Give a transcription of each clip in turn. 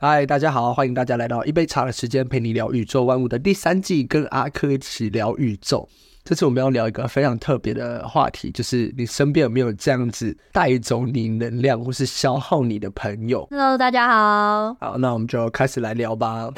嗨，大家好，欢迎大家来到一杯茶的时间，陪你聊宇宙万物的第三季，跟阿珂一起聊宇宙。这次我们要聊一个非常特别的话题，就是你身边有没有这样子带走你能量或是消耗你的朋友？ Hello，大家好。好，那我们就开始来聊吧。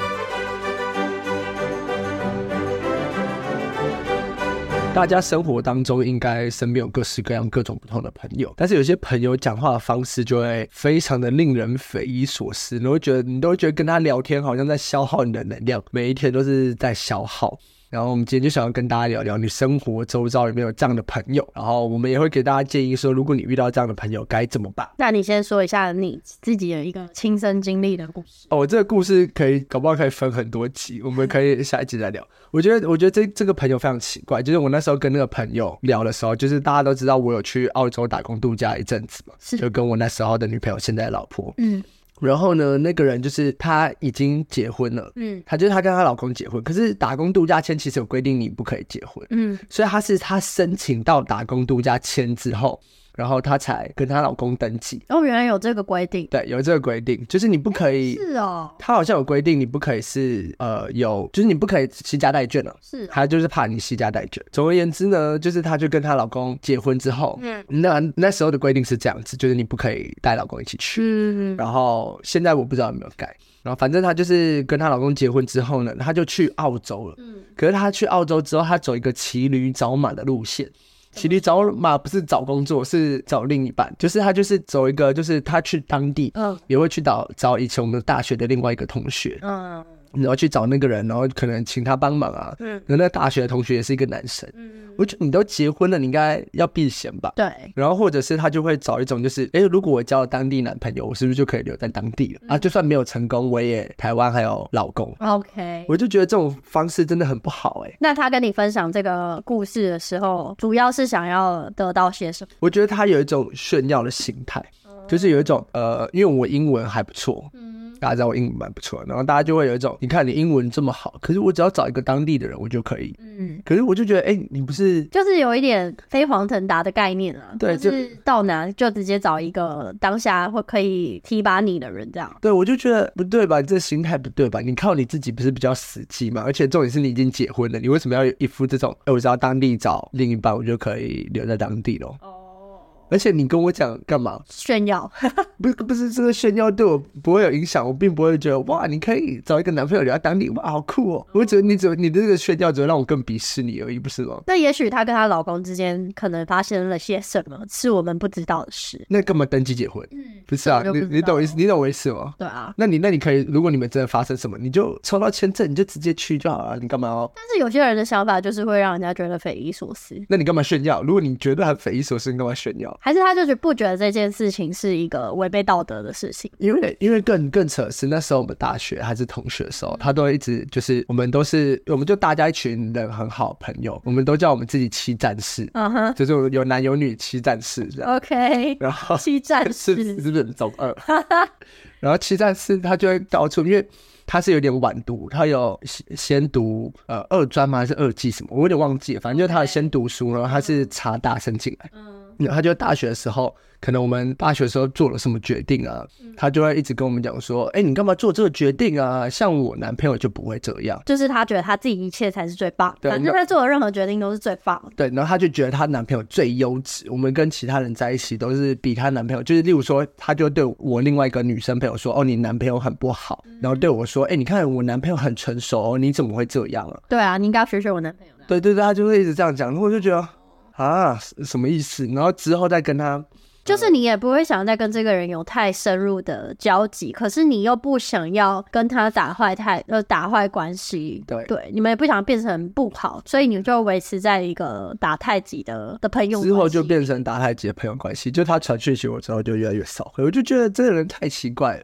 大家生活当中应该身边有各式各样、各种不同的朋友，但是有些朋友讲话的方式就会非常的令人匪夷所思，你会觉得你都会觉得跟他聊天好像在消耗你的能量，每一天都是在消耗。然后我们今天就想要跟大家聊聊，你生活周遭有没有这样的朋友？然后我们也会给大家建议说，如果你遇到这样的朋友该怎么办。那你先说一下你自己的一个亲身经历的故事。哦，我这个故事可以，搞不好可以分很多集，我们可以下一集再聊。 我觉得，我觉得这这个朋友非常奇怪，就是我那时候跟那个朋友聊的时候，就是大家都知道我有去澳洲打工度假一阵子嘛，是就跟我那时候的女朋友，现在的老婆。嗯然后呢，那个人就是她已经结婚了，嗯她就是她跟她老公结婚，可是打工度假签其实有规定你不可以结婚，嗯所以她是她申请到打工度假签之后，然后她才跟她老公登记。哦，原来有这个规定。对，有这个规定，就是你不可以是哦，他好像有规定，你不可以是呃有，就是你不可以惜家带眷了、啊是哦。他就是怕你惜家带眷。总而言之呢，就是她就跟她老公结婚之后，嗯那那时候的规定是这样子，就是你不可以带老公一起去。嗯然后现在我不知道有没有改。然后反正她就是跟她老公结婚之后呢，她就去澳洲了。嗯可是她去澳洲之后，她走一个骑驴找马的路线。骑驴找马不是找工作，是找另一半，就是她就是走一个，就是她去当地嗯也会去找找以前我们大学的另外一个同学，嗯然后去找那个人，然后可能请他帮忙啊。嗯然后那大学的同学也是一个男生，嗯，我觉得你都结婚了，你应该要避嫌吧。对，然后或者是他就会找一种就是，诶，如果我交了当地男朋友，我是不是就可以留在当地了啊？就算没有成功，我也台湾还有老公。 OK。我就觉得这种方式真的很不好诶，那他跟你分享这个故事的时候，主要是想要得到些什么？我觉得他有一种炫耀的心态，就是有一种呃，因为我英文还不错，嗯大家知道我英文蛮不错的，然后大家就会有一种，你看你英文这么好，可是我只要找一个当地的人，我就可以。嗯，可是我就觉得，哎、你不是就是有一点飞黄腾达的概念啊。对就是到哪就直接找一个当下会可以提拔你的人，这样。对我就觉得不对吧？你这心态不对吧？你靠你自己不是比较实际吗？而且重点是你已经结婚了，你为什么要有一副这种，哎、我只要当地找另一半，我就可以留在当地咯。哦，而且你跟我讲干嘛？炫耀。 不是不是这个炫耀对我不会有影响，我并不会觉得哇，你可以找一个男朋友留在当地，哇，好酷哦！我觉得你只你的这个炫耀只会让我更鄙视你而已，不是吗？那也许她跟她老公之间可能发生了些什么，是我们不知道的事。那干嘛登记结婚？嗯，不是啊，这我就你不知你懂道意思，你懂我意思吗？对啊。那你那你可以，如果你们真的发生什么，你就抽到签证，你就直接去就好了，你干嘛哦要？但是有些人的想法就是会让人家觉得匪夷所思，那你干嘛炫耀？如果你觉得很匪夷所思，你干嘛炫耀？还是他就是不觉得这件事情是一个违背道德的事情。因为因为更更扯的是那时候我们大学还是同学的时嗯候，他都会一直就是我们都是我们就大家一群人很好的朋友，我们都叫我们自己七战士，嗯哼就是我们有男有女七战士这样。 ，OK，然后七战是是士，不是总二？然后七战士他就会到处，因为他是有点晚读，他有先先读呃二专吗？还是二技什么？我有点忘记了，反正就是他有先读书，然后他是查大申进来，嗯然后他就大学的时候，可能我们大学的时候做了什么决定啊，他就会一直跟我们讲说，哎、你干嘛做这个决定啊？像我男朋友就不会这样。就是他觉得他自己一切才是最棒，对反正他做的任何决定都是最棒的。对，然后她就觉得她男朋友最优质。我们跟其他人在一起都是比她男朋友，就是例如说，她就对我另外一个女生朋友说：“哦，你男朋友很不好。”嗯然后对我说：“哎、你看我男朋友很成熟、哦，你怎么会这样啊对啊，你应该学学我男朋友那？”样。对对对，她就会一直这样讲，然后我就觉得啊，什什么意思？然后之后再跟她，就是你也不会想再跟这个人有太深入的交集，可是你又不想要跟他打坏太呃打坏关系，对对，你们也不想变成不好，所以你就维持在一个打太极的的朋友关系之后就变成打太极的朋友关系。就她传讯哦息我之后就越来越少回，我就觉得这个人太奇怪了。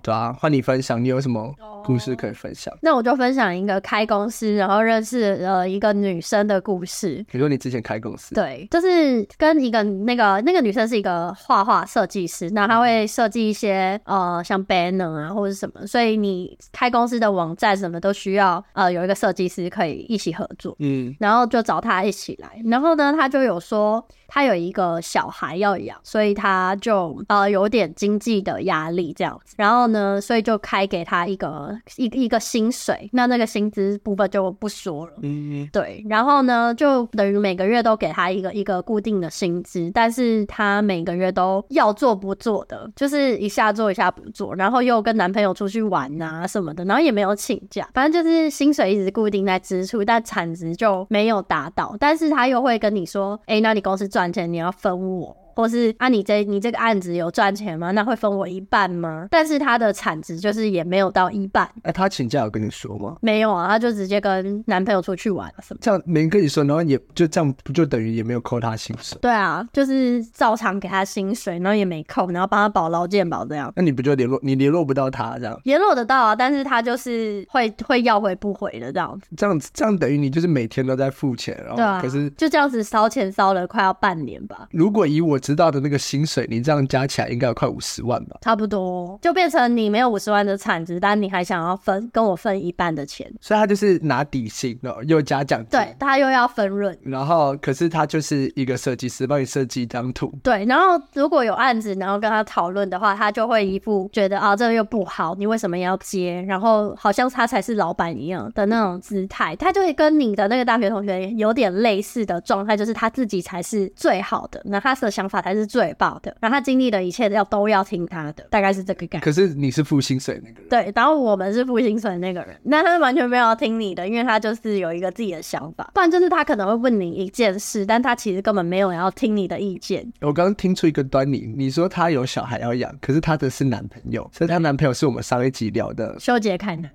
对啊，换你分享，你有什么故事可以分享。那我就分享一个开公司，然后认识了一个女生的故事。比如说你之前开公司，对，就是跟一个那个那个女生是一个画画设计师，那她会设计一些呃像 banner 啊或者什么，所以你开公司的网站什么都需要呃有一个设计师可以一起合作，嗯，然后就找她一起来，然后呢她就有说她有一个小孩要养，所以她就呃有点经济的压力这样子，然后呢所以就开给她一个一一个薪水，那那个薪资部分就不说了，嗯，对，然后呢，就等于每个月都给他一个一个固定的薪资，但是他每个月都要做不做的，就是一下做一下不做，然后又跟男朋友出去玩啊什么的，然后也没有请假，反正就是薪水一直固定在支出，但产值就没有达到，但是他又会跟你说，哎，那你公司赚钱你要分我。或是啊，你这你这个案子有赚钱吗？那会分我一半吗？但是他的产值就是也没有到一半，那、哎他请假有跟你说吗？没有啊，他就直接跟男朋友出去玩啊什么的。这样没跟你说，然后也就这样，不就等于也没有扣他薪水？对啊，就是照常给他薪水，然后也没扣，然后帮他保劳健保这样。那你不就联络你联络不到他这样？联络得到啊，但是他就是会会要回不回的这样子，这样子这样等于你就是每天都在付钱，然后对啊，哦可是就这样子烧钱烧了快要半年吧，如果以我知道的那个薪水，你这样加起来应该有快五十万吧？差不多就变成你没有五十万的产值，但你还想要分跟我分一半的钱，所以他就是拿底薪，然后又加奖金。对他又要分润，然后可是他就是一个设计师，帮你设计一张图，对，然后如果有案子，然后跟他讨论的话，他就会一副觉得啊，这个又不好，你为什么要接？然后好像他才是老板一样的那种姿态，他就会跟你的那个大学同学有点类似的状态，就是他自己才是最好的，那他的想法才是最棒的，然后他经历的一切要都要听他的，大概是这个感觉。可是你是付薪水那个人，对，然后我们是付薪水的那个人，那他完全没有要听你的，因为他就是有一个自己的想法，不然就是他可能会问你一件事，但他其实根本没有要听你的意见，我刚刚听出一个端倪，你说她有小孩要养，可是她的是男朋友，所以她男朋友是我们上一集聊的，修杰楷呢？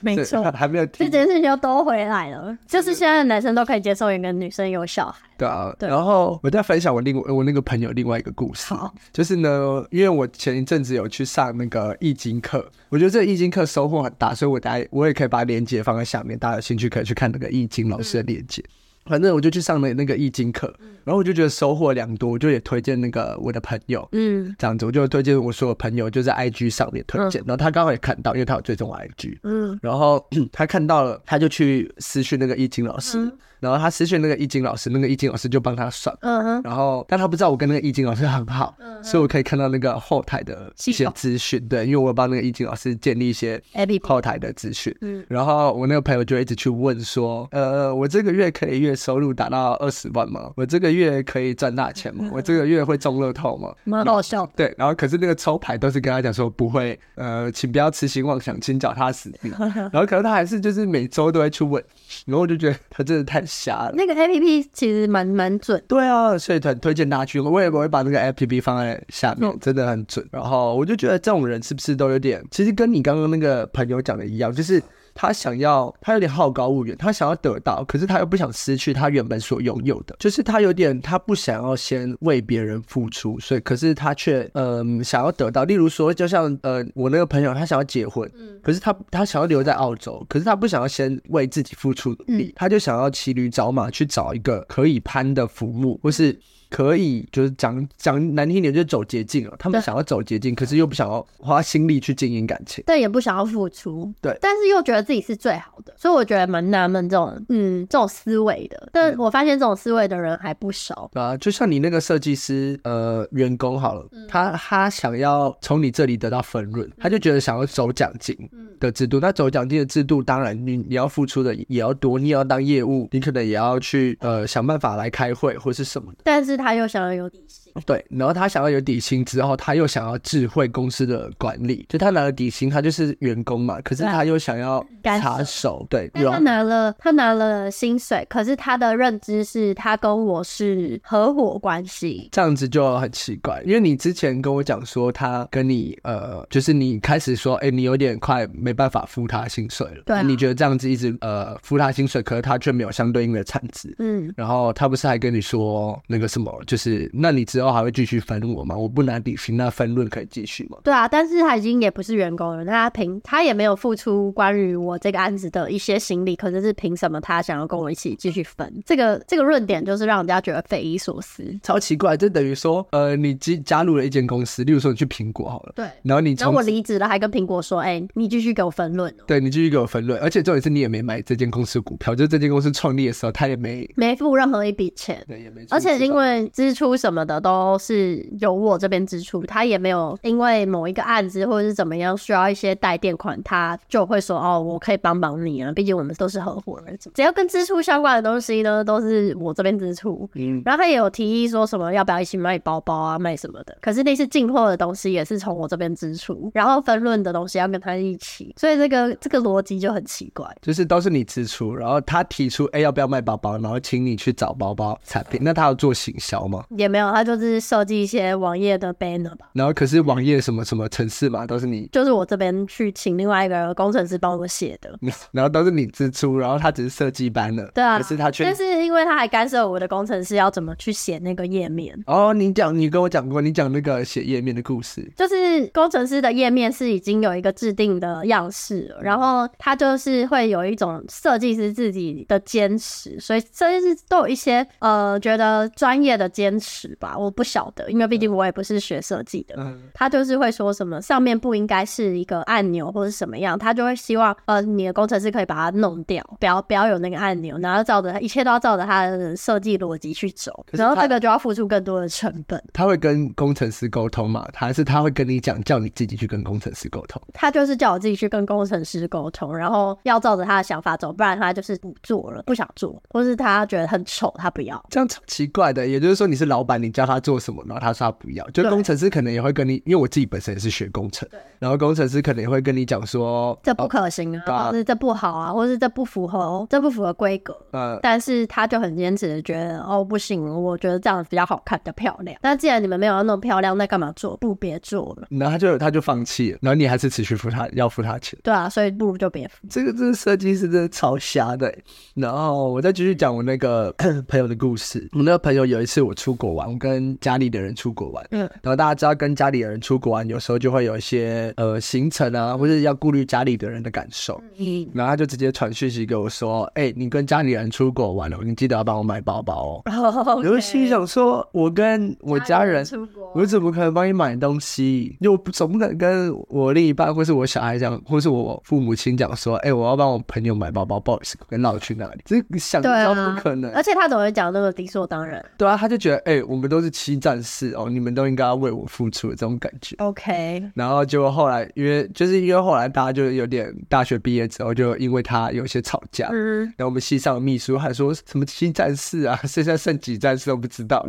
没对错，还没有听这件事情又都回来了。就是现在的男生都可以接受一个女生有小孩，对啊，对然后我再分享我另外我那个朋友另外一个故事好，就是呢，因为我前一阵子有去上那个易经课，我觉得这个易经课收获很大，所以我大家我也可以把链接放在下面，大家有兴趣可以去看那个易经老师的链嗯接。反正我就去上了那个易经课，然后我就觉得收获良多，我就也推荐那个我的朋友，嗯这样子我就推荐我所有朋友，就在 IG 上面推荐，然后他刚好也看到，因为他有追踪我 IG，嗯，然后他看到了，他就去私讯那个易经老师，然后他私讯那个易经老师，那个易经老师就帮他算。嗯哼，然后，但他不知道我跟那个易经老师很好，所以我可以看到那个后台的一系些统资讯。对，因为我有帮那个易经老师建立一些 APP 后台的资讯。嗯然后我那个朋友就一直去问说，呃，我这个月可以月收入达到二十万吗？我这个月可以赚大钱吗？嗯我这个月会中乐透吗？蛮好笑的。对，然后可是那个抽牌都是跟他讲说不会，呃，请不要痴心妄想，请脚踏实地。然后可是他还是就是每周都会去问，然后我就觉得他真的太瞎了。那个 A P P 其实蛮蛮准，对啊，所以很推荐大家去用，我也不会把那个 A P P 放在下面嗯，真的很准。然后我就觉得这种人是不是都有点，其实跟你刚刚那个朋友讲的一样，就是他想要，他有点好高骛远，他想要得到，可是他又不想失去他原本所拥有的，就是他有点他不想要先为别人付出，所以可是他却嗯、想要得到。例如说，就像呃我那个朋友，他想要结婚，可是他他想要留在澳洲，可是他不想要先为自己付出努力，嗯他就想要骑驴找马去找一个可以攀的浮木，或是可以就是讲讲难听点就是走捷径了。啊他们对想要走捷径，可是又不想要花心力去经营感情。但也不想要付出，对但是又觉得自己是最好的，所以我觉得蛮纳闷这种嗯这种思维的。但我发现这种思维的人还不少，啊，就像你那个设计师，呃，员工好了，嗯他他想要从你这里得到分润，他就觉得想要走奖金嗯的制度。那走奖金的制度，当然你你要付出的也要多，你也要当业务，你可能也要去呃想办法来开会或是什么的。但是他又想要有底薪，对，然后他想要有底薪之后，他又想要智慧公司的管理，就他拿了底薪，他就是员工嘛，可是对他又想要干插手，对，但他然后拿了他拿了薪水，可是他的认知是他跟我是合伙关系，这样子就很奇怪，因为你之前跟我讲说他跟你呃，就是你开始说，哎、你有点快没办法付他薪水了，对啊你觉得这样子一直呃付他薪水，可是他却没有相对应的产值，嗯，然后他不是还跟你说那个什么么？就是那你之后还会继续翻我吗？我不拿底薪，那翻论可以继续吗？对啊，但是他已经也不是员工了，那他凭他也没有付出关于我这个案子的一些行李，可是是凭什么他想要跟我一起继续分？这个这个论点就是让人家觉得匪夷所思。超奇怪，这等于说，呃，你加加入了一间公司，例如说你去苹果好了，对，然后你然后从我离职了，还跟苹果说：“哎、你继续给我分论哦，对你继续给我分论，而且重点是你也没买这间公司的股票，就是这间公司创立的时候，他也没，没付任何一笔钱。”对也没出资吧，而且因为支出什么的都是由我这边支出，他也没有因为某一个案子或者是怎么样需要一些代垫款，他就会说哦，我可以帮帮你啊，毕竟我们都是合伙人，只要跟支出相关的东西呢，都是我这边支出。嗯，然后他也有提议说什么要不要一起卖包包啊，卖什么的。可是那些进货的东西也是从我这边支出，然后分论的东西要跟他一起，所以这个这个逻辑就很奇怪。就是都是你支出，然后他提出，哎，要不要卖包包？然后请你去找包包产品，那他要做行销吗？也没有，他就是设计一些网页的 banner 吧。然后可是网页什么什么城市嘛，都是你，就是我这边去请另外一个工程师帮我写的。然后都是你支出，然后他只是设计班的，对啊，可是他却但是因为他还干涉我的工程师要怎么去写那个页面，哦，你讲你跟我讲过，你讲那个写页面的故事，就是工程师的页面是已经有一个制定的样式了，然后他就是会有一种设计师自己的坚持，所以这是都有一些呃觉得专业的坚持吧，我不晓得，因为毕竟我也不是学设计的，嗯，他就是会说什么上面不应该是一个按钮或者什么样，他就会希望呃你的工程师可以把它弄掉，不要不要有那个按钮，然后照着一切都要照着他的设计逻辑去走，可是然后他这个就要付出更多的成本。他会跟工程师沟通嘛？还是他会跟你讲，叫你自己去跟工程师沟通？他就是叫我自己去跟工程师沟通，然后要照着他的想法走，不然他就是不做了，不想做，或是他觉得很丑，他不要。这样超奇怪的。也就是说，你是老板，你叫他做什么，然后他说他不要。就对工程师可能也会跟你，因为我自己本身也是学工程，然后工程师可能也会跟你讲说，这不哦可行对啊啊，或是这不好啊，或是这不符合，这不符合规格，呃，但是他就很坚持的觉得哦不行，我觉得这样比较好看，比较漂亮。那既然你们没有要弄漂亮，那干嘛做？不如别做了，然后他就他就放弃了，然后你还是持续付他要付他钱。对啊，所以不如就别付。这个这个设计师真的超瞎的欸。然后我再继续讲我那个 朋友的故事。我那个朋友有一次我出国玩，我跟家里的人出国玩，嗯，然后大家知道跟家里的人出国玩，有时候就会有一些呃行程啊，或是要顾虑家里的人的感受。嗯 然后他就直接传讯息给我说：“哎、你跟家里人出国玩了，哦你记得要帮我买包包哦。”然后我就心想说：“我跟我家人出国我怎么可能帮你买东西？又不总不能跟我另一半或是我小孩讲，或是我父母亲讲说，哎、我要帮我朋友买包包，不好意思，跟老去那里，这个想对都啊，不可能。而且他总会讲那个理所当然。对啊，他就觉得，哎、我们都是七战士哦，你们都应该要为我付出的这种感觉。 OK，然后结果后来，因为就是因为后来大家就有点大学毕业之后，就因为他有些吵架，嗯，然后我们系上的秘书还说什么七战士啊， 剩下剩几战士都不知道。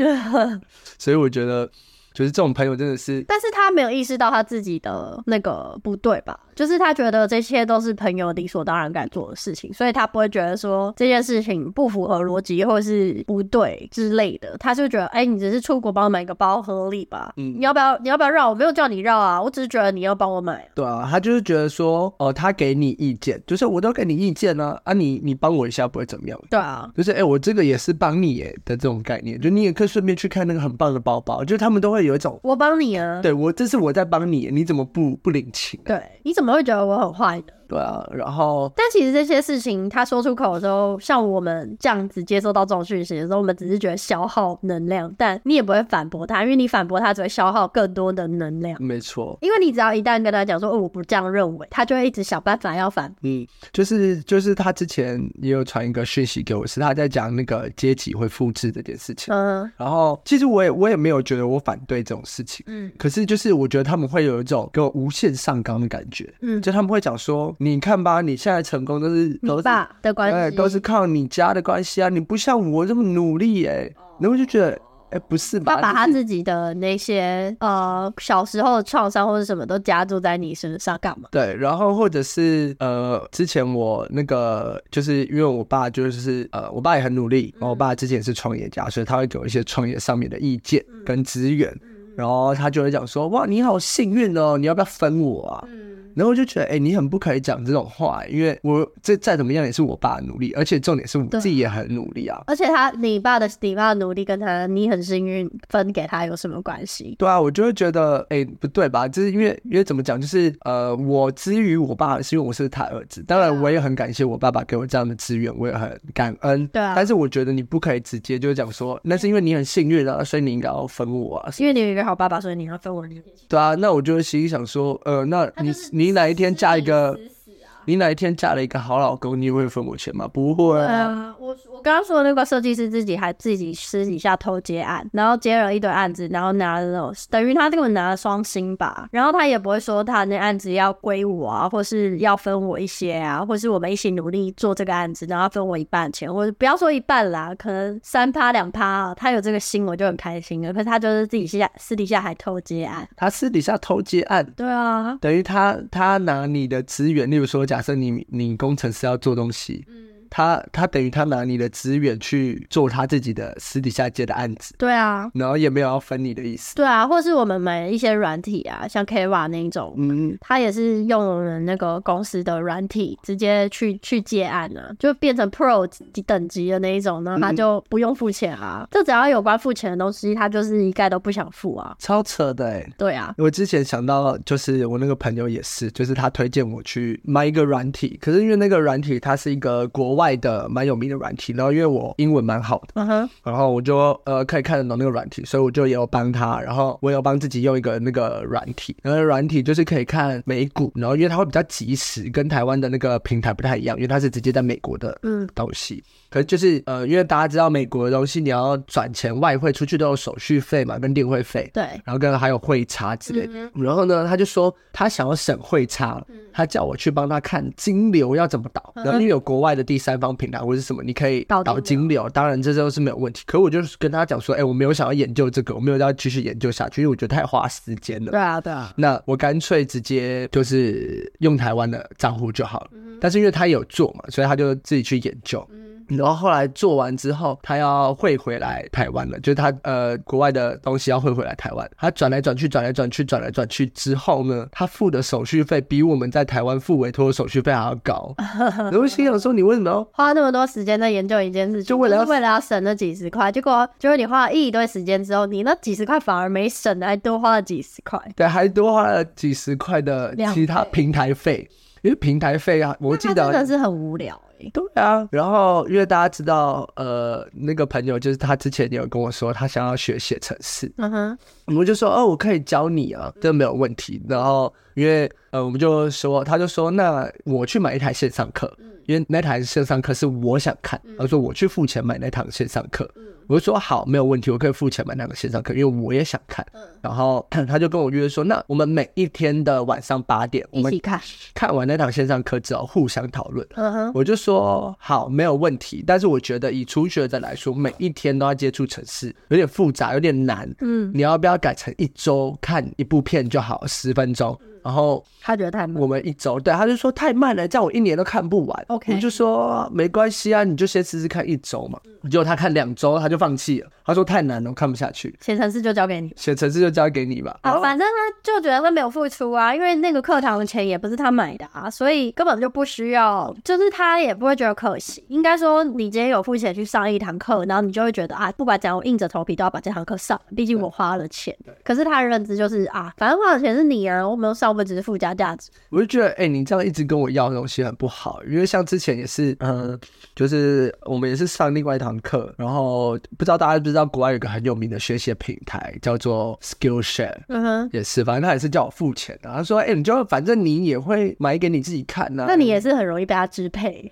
所以我觉得，就是这种朋友真的是但是他没有意识到他自己的那个不对吧？就是他觉得这些都是朋友理所当然该做的事情，所以他不会觉得说这件事情不符合逻辑或是不对之类的。他就觉得，哎、你只是出国帮我买个包合理吧？嗯你要不要？你要不要让我没有叫你让啊？我只是觉得你要帮我买。对啊，他就是觉得说，哦，他给你意见，就是我都给你意见了啊，你你帮我一下不会怎么样，对啊，就是哎、诶我这个也是帮你耶的这种概念，就你也可以顺便去看那个很棒的包包，就是他们都会有一种，我帮你啊。对我这是我在帮你，你怎么不不领情、啊？对，你怎么会觉得我很坏呢？对啊，然后但其实这些事情他说出口的时候，像我们这样子接收到这种讯息的时候，我们只是觉得消耗能量，但你也不会反驳他，因为你反驳他只会消耗更多的能量。没错，因为你只要一旦跟他讲说，哦，我不这样认为，他就会一直想办法要反驳。嗯，就是就是他之前也有传一个讯息给我，是他在讲那个阶级会复制这件事情，嗯然后其实我也我也没有觉得我反对这种事情。嗯可是就是我觉得他们会有一种给我无限上纲的感觉，嗯，就他们会讲说，你看吧，你现在成功都是都你是爸的关对，系都是靠你家的关系啊，你不像我这么努力哎、然后我就觉得，哎、不是吧？哦爸把他就是自己的那些呃小时候的创伤或者什么都加注在你身上干嘛？对，然后或者是呃，之前我那个就是因为我爸就是呃，我爸也很努力，然后我嗯爸之前也是创业家，所以他会给我一些创业上面的意见嗯跟资源，然后他就会讲说，哇，你好幸运哦，你要不要分我啊？嗯，然后我就觉得，哎、你很不可以讲这种话，因为我这再怎么样也是我爸的努力，而且重点是我对自己也很努力啊。而且他你爸的你爸的努力跟他你很幸运分给他有什么关系？对啊，我就会觉得，哎、不对吧？就是因为因为怎么讲，就是呃，我之于我爸，是因为我是他儿子，当啊然我也很感谢我爸爸给我这样的资源，我也很感恩。对啊但是我觉得你不可以直接就讲说，那是因为你很幸运啊，所以你应该要分我啊。因为你有一个好爸爸，所以你要分我你。对啊，那我就会心里想说，呃，那他你就是你哪一天嫁一个死，死死啊！你哪一天嫁了一个好老公，你也会分我钱吗？不会啊。呃，我我刚刚说的那个设计师自己还自己私底下偷接案，然后接了一堆案子，然后拿了那种等于他这个拿了双薪吧，然后他也不会说他那案子要归我啊，或是要分我一些啊，或是我们一起努力做这个案子，然后分我一半钱，或者不要说一半啦，可能三趴两趴啊，他有这个心我就很开心了。可是他就是自己私下私底下还偷接案，他私底下偷接案，对啊，等于他他拿你的资源，例如说，假设你你工程师要做东西，嗯，他他等于他拿你的资源去做他自己的私底下接的案子，对啊。然后也没有要分你的意思。对啊，或是我们买一些软体啊，像 K a 那一种，嗯，他也是用我们那个公司的软体直接去去接案啊，就变成 Pro 级等级的那一种嗯呢，他就不用付钱啊。这只要有关付钱的东西，他就是一概都不想付啊。超扯的欸对啊，我之前想到，就是我那个朋友也是，就是他推荐我去买一个软体，可是因为那个软体它是一个国外的蛮有名的软体，然后因为我英文蛮好的，嗯哼，然后我就呃可以看得懂那个软体，所以我就也有帮他，然后我也有帮自己用一个那个软体，然后软体就是可以看美股，然后因为它会比较及时，跟台湾的那个平台不太一样，因为它是直接在美国的嗯，东西。可是就是呃，因为大家知道美国的东西，你要转钱外汇出去都有手续费嘛，跟电汇费，对，嗯然后跟还有汇差之类的。然后呢，他就说他想要省汇差，他叫我去帮他看金流要怎么导。然后因为有国外的第三方平台或是什么，你可以导导嗯金流金流，当然这都是没有问题。可我就是跟他讲说，哎，我没有想要研究这个，我没有要继续研究下去，因为我觉得太花时间了。对啊，对啊，那我干脆直接就是用台湾的账户就好了。但是因为他有做嘛，所以他就自己去研究。然后后来做完之后，他要汇回来台湾了，就是他呃国外的东西要汇回来台湾。他转来转去，转来转去，转来转去之后呢，他付的手续费比我们在台湾付委托的手续费还要高。然后我心想说，你为什么要花那么多时间在研究一件事情，就为了要是为了要省那几十块，结果结果你花了一堆时间之后，你那几十块反而没省，还多花了几十块。对还多花了几十块的两其他倍平台费？因为平台费啊，我那记他得真的是很无聊 哎、对啊，然后因为大家知道，呃，那个朋友就是他之前也有跟我说，他想要学写程式，嗯哼，我就说哦，我可以教你啊，这没有问题。然后因为呃，我们就说，他就说那我去买一台线上课，因为那台线上课是我想看，他说我去付钱买那堂线上课，我就说好，没有问题，我可以付钱买那个线上课，因为我也想看。然后 他就跟我约说，那我们每一天的晚上八点，我一们起看，看完那堂线上课之后，互相讨论。嗯哼，我就说哦好，没有问题。但是我觉得以初学者来说，每一天都要接触城市，有点复杂，有点难。嗯，你要不要改成一周看一部片就好，十分钟？嗯然后他觉得太慢我，们一周，对，他就说太慢了，这样我一年都看不完。 OK 我就说没关系啊，你就先试试看一周嘛。嗯结果他看两周，他就放弃了，他说太难了，我看不下去。写程式就交给你。写城市就交给你吧。啊，反正他就觉得他没有付出啊，因为那个课堂的钱也不是他买的啊，所以根本就不需要，就是他也不会觉得可惜。应该说，你今天有付钱去上一堂课，然后你就会觉得啊，不管怎样，我硬着头皮都要把这堂课上，毕竟我花了钱。可是他的认知就是啊，反正花了钱是你啊，我没有上，我只是附加价值。我就觉得，哎、你这样一直跟我要的东西很不好，因为像之前也是，嗯，就是我们也是上另外一堂课，然后不知道大家知不知道，国外有个很有名的学习的平台叫做 Skillshare，嗯哼，也是，反正他也是叫我付钱的、他说，哎、你就反正你也会买给你自己看呐、那你也是很容易被他支配。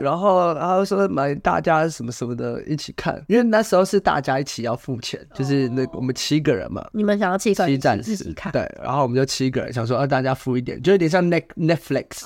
然后他就说买大家什么什么的一起看，因为那时候是大家一起要付钱，就是那个我们七个人嘛，哦你们想要气氛，七一战起士自己看。对，然后我们就七个人想说，啊，大家付一点，就有点像 Net Netflix，、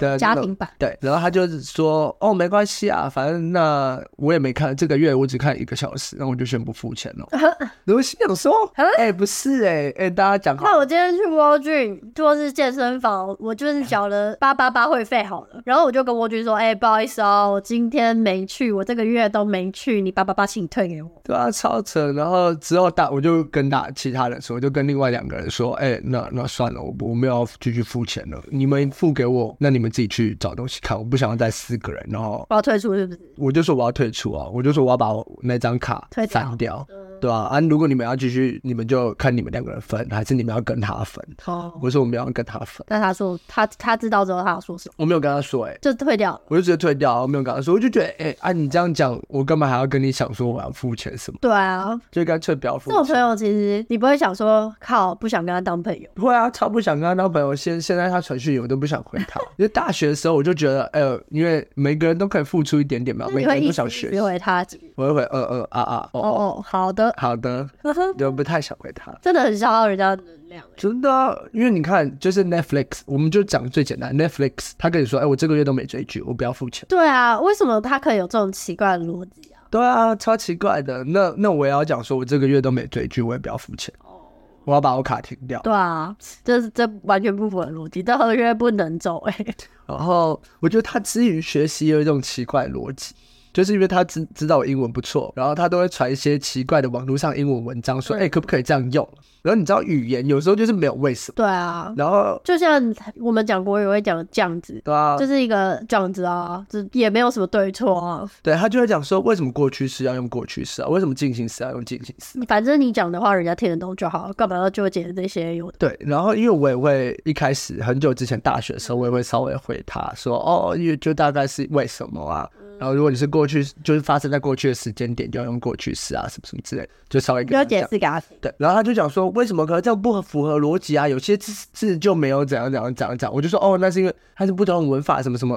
的家庭版，对，然后他就是说，哦，没关系啊，反正那我也没看，这个月我只看一个小时，那我就先不付钱 嗯了。然后心想说，哎、不是哎、哎、大家讲那好，我今天去 w o r d 或是健身房，我就是缴了八八八会费好 了，然后我就跟 w o r d 说，哎、不好意思哦，我今天没去，我这个月都没去，你八八八请退给我。对啊，超扯。然后之后大我就跟大其他人说，我就跟另外两个人说，哎、那那算了，我不我没有要继续付钱了，你们付给我，那你们自己去找东西看，我不想要再四个人。然后我要退出是不是？我就说我要退出啊，我就说我要把我那张卡退掉嗯删掉，对吧、啊？如果你们要继续，你们就看你们两个人分，还是你们要跟他分？哦，我说我们要跟他分，那他说他他知道之后，他要说什么？我没有跟他说、欸，哎，就退掉了。我就直接退掉，我没有跟他说，我就觉得，哎、啊，你这样讲，我干嘛还要跟你想说我要付钱什么？对啊，就干脆不要付这种朋钱。友其实你不会想说靠，不想跟他当朋友。会啊，超不想跟他当朋友。现现在他传讯息我都不想回 他。因为大学的时候我就觉得，哎、呦，因为每个人都可以付出一点点嘛，那每你个会人一都直想一学直。回他几？我会回，呃呃啊啊，哦哦哦，哦，好的，好的，就不太想回他。真的很消耗人家的能量欸。真的啊、因为你看，就是 Netflix，我们就讲最简单，Netflix，他跟你说，哎、我这个月都没追剧，我不要付钱。对啊，为什么他可以有这种奇怪的逻辑啊？对啊，超奇怪的。那那我也要讲说，我这个月都没追剧，我也不要付钱，我要把我卡停掉。对啊，这是这完全不符合逻辑，这合约不能走哎、然后我觉得他之于学习有一种奇怪的逻辑。就是因为他知知道我英文不错，然后他都会传一些奇怪的网络上英文文章，说，哎、可不可以这样用？然后你知道语言有时候就是没有为什么， 对啊，然后就像我们讲国语会讲这样子，对啊，就是一个这样子啊，这也没有什么对错啊，对他就会讲说，为什么过去式要用过去式啊？为什么进行时要用进行时？反正你讲的话人家听得懂就好，干嘛要纠结这些有的？对，然后因为我也会一开始很久之前大学的嗯时候，我也会稍微回他说，哦，因为就大概是为什么啊？嗯然后如果你是过去，就是发生在过去的时间点，就要用过去式啊，什么什么之类的，就稍微你跟要他解讲。释给他听。对，然后他就讲说，为什么可能这样不符合逻辑啊？有些字字就没有怎样怎样怎样讲，我就说哦，那是因为它是不同的文法什么什么。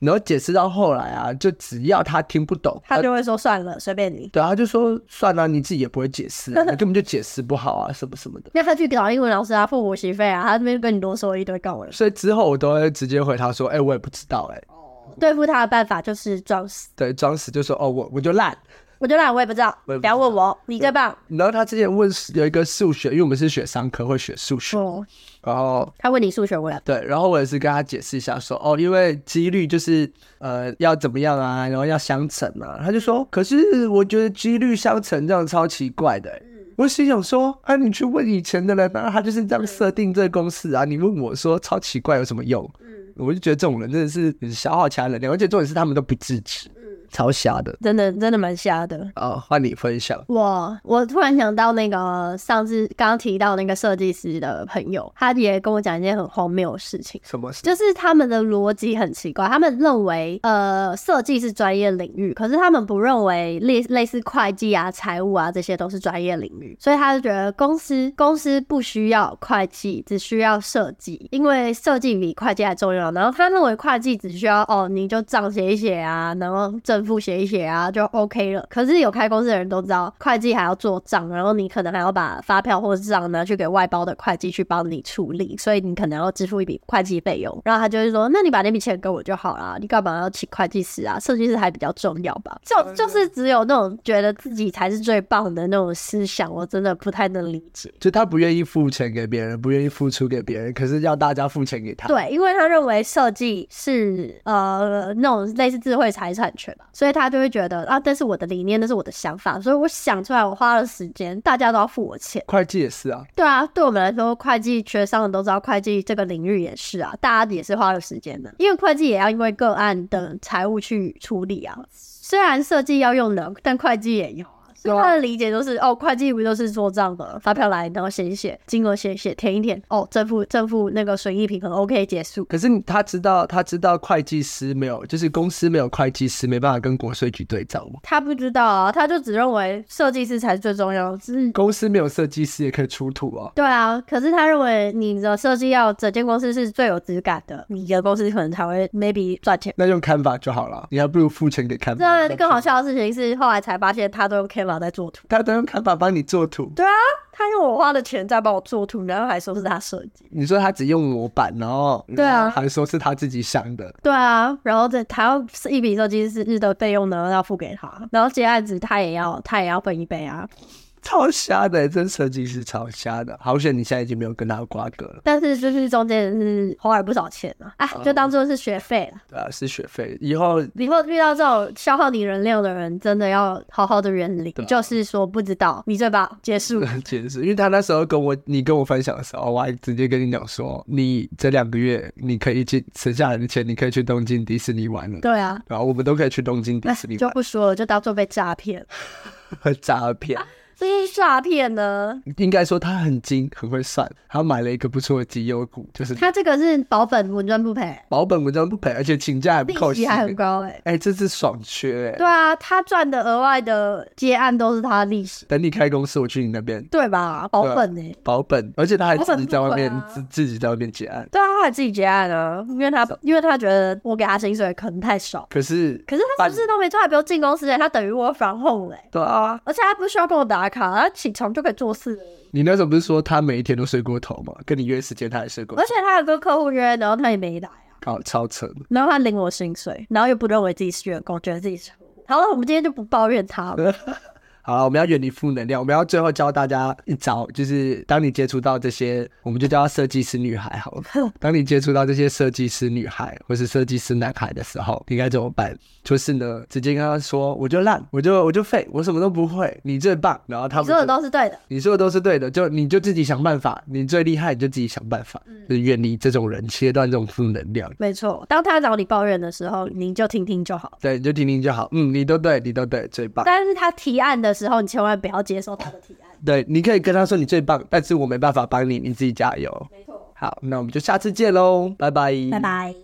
然后解释到后来啊，就只要他听不懂，呃他就会说算了，随便你。对啊，他就说算了、你自己也不会解释、 啊，你根本就解释不好啊，什么什么的。那他去找英文老师啊，付补习费啊，他那边跟你啰嗦一堆干我的事。所以之后我都会直接回他说，哎、我也不知道、哎，对付他的办法就是装死，对，装死就说哦，我我就烂。我就懒，我也不知道，我也不知道不要问我，你最棒。然后他之前问有一个数学，因为我们是学商科会学数学，哦，然后他问你数学，我也对，然后我也是跟他解释一下说，哦，因为几率就是呃要怎么样啊，然后要相乘啊。他就说，可是我觉得几率相乘这样超奇怪的欸、我心想说，啊，你去问以前的人啊，他就是这样设定这个公式啊，你问我说超奇怪有什么用？我就觉得这种人真的是很消耗其他能量，而且重点是他们都不自知，超瞎的。真的真的蛮瞎的。哦，换你分享，我我突然想到那个上次刚刚提到那个设计师的朋友，他也跟我讲一件很荒谬的事情。什么事？就是他们的逻辑很奇怪，他们认为呃设计是专业领域，可是他们不认为类类似会计啊、财务啊这些都是专业领域，所以他就觉得公司公司不需要会计，只需要设计，因为设计比会计还重要。然后他认为会计只需要哦，你就账写一写啊，然后正负写一写啊就 OK 了。可是有开公司的人都知道，会计还要做账，然后你可能还要把发票或是账拿去给外包的会计去帮你处理，所以你可能要支付一笔会计费用。然后他就会说：“那你把那笔钱给我就好啦，你干嘛要请会计师啊？设计师还比较重要吧？”就就是只有那种觉得自己才是最棒的那种思想，我真的不太能理解。就他不愿意付钱给别人，不愿意付出给别人，可是要大家付钱给他。对，因为他认为设计是呃那种类似智慧财产权吧，所以他就会觉得啊，这是我的理念，那是我的想法，所以我想出来，我花了时间，大家都要付我钱。会计也是啊，对啊，对我们来说，会计学商的都知道，会计这个领域也是啊，大家也是花了时间的，因为会计也要因为个案的财务去处理啊。虽然设计要用的，但会计也有啊。所以对啊他的理解就是，哦，会计不就是做账的，发票来，然后写一写，金额写一写，填一填，哦，正负正负那个损益平衡，OK，结束。可是你他知道，他知道会计师没有，就是公司没有会计师，没办法跟国税局对账嘛。他不知道啊，他就只认为设计师才是最重要的。是，公司没有设计师也可以出图啊。对啊，可是他认为你的设计要整间公司是最有质感的，你的公司可能才会 maybe 赚钱。啊那用 Canva 嗯就好了，你还不如付钱给 Canva。这更好笑的事情是，后来才发现他都用 Canva 法在做图，他都用砍法帮你做图。他用我花的钱在帮我做图，然后还说是他设计。你说他只用模板，然后对啊还说是他自己想的，对啊，然后这他要是一笔设计师的费用呢，要付给他，然后接案子他也要他也要分一杯啊。超瞎的，真设计师超瞎的。好险你现在已经没有跟他瓜葛了，但是就是中间是花了不少钱啊，啊，就当做是学费了。对啊，是学费，以后以后遇到这种消耗你能量的人，真的要好好的远离。对啊就是说不知道，你最棒，结束。解释，因为他那时候跟我，你跟我分享的时候，我还直接跟你讲说，你这两个月你可以去省下来的钱，你可以去东京迪士尼玩了。对啊，然后我们都可以去东京迪 那士尼就不说了，就当做被诈骗。玩诈骗。这些诈骗呢， 应该说他很精，很会算。他买了一个不错的绩优股，就是他这个是保本稳赚不赔，保本文章不赔，而且请假还不利扣息薪。还很高哎、哎、这是爽缺哎、对啊，他赚的额外的接案都是他的利息，等你开公司，我去你那边对吧？保本哎、保本，而且他还保自本己在外面不亏啊自自己在外面结案。对啊，他还自己接案啊，因为他因为他觉得我给他薪水可能太少，可是可是他是不是都没做，还不用进公司哎、他等于我防控哎、对啊，而且他不需要跟我打卡，他起床就可以做事了，你那时候不是说他每一天都睡过头吗？跟你约时间他还睡过头 而，且他有跟客户约，然后他也没来啊，哦，超扯的。然后他领我薪水，然后又不认为自己是员工，觉得自己是客户。好了，我们今天就不抱怨他了。好了，我们要远离负能量，我们要最后教大家一招，就是当你接触到这些，我们就叫她设计师女孩好 了。当你接触到这些设计师女孩或是设计师男孩的时候，你该怎么办？就是呢，直接跟他说，我就烂，我就我就废，我什么都不会，你最棒。然后他你们说的就都是对的，你说的都是对的，就你就自己想办法，你最厉害，你就自己想办法，嗯就是远离这种人，切断这种负能量。没错。当他找你抱怨的时候，你就听听就好。对，你就听听就好。嗯，你都对，你都对，最棒。但是他提案的时候，你千万不要接受他的提案。对，你可以跟他说你最棒，但是我没办法帮你，你自己加油。没错，好，那我们就下次见喽，拜拜，拜。拜。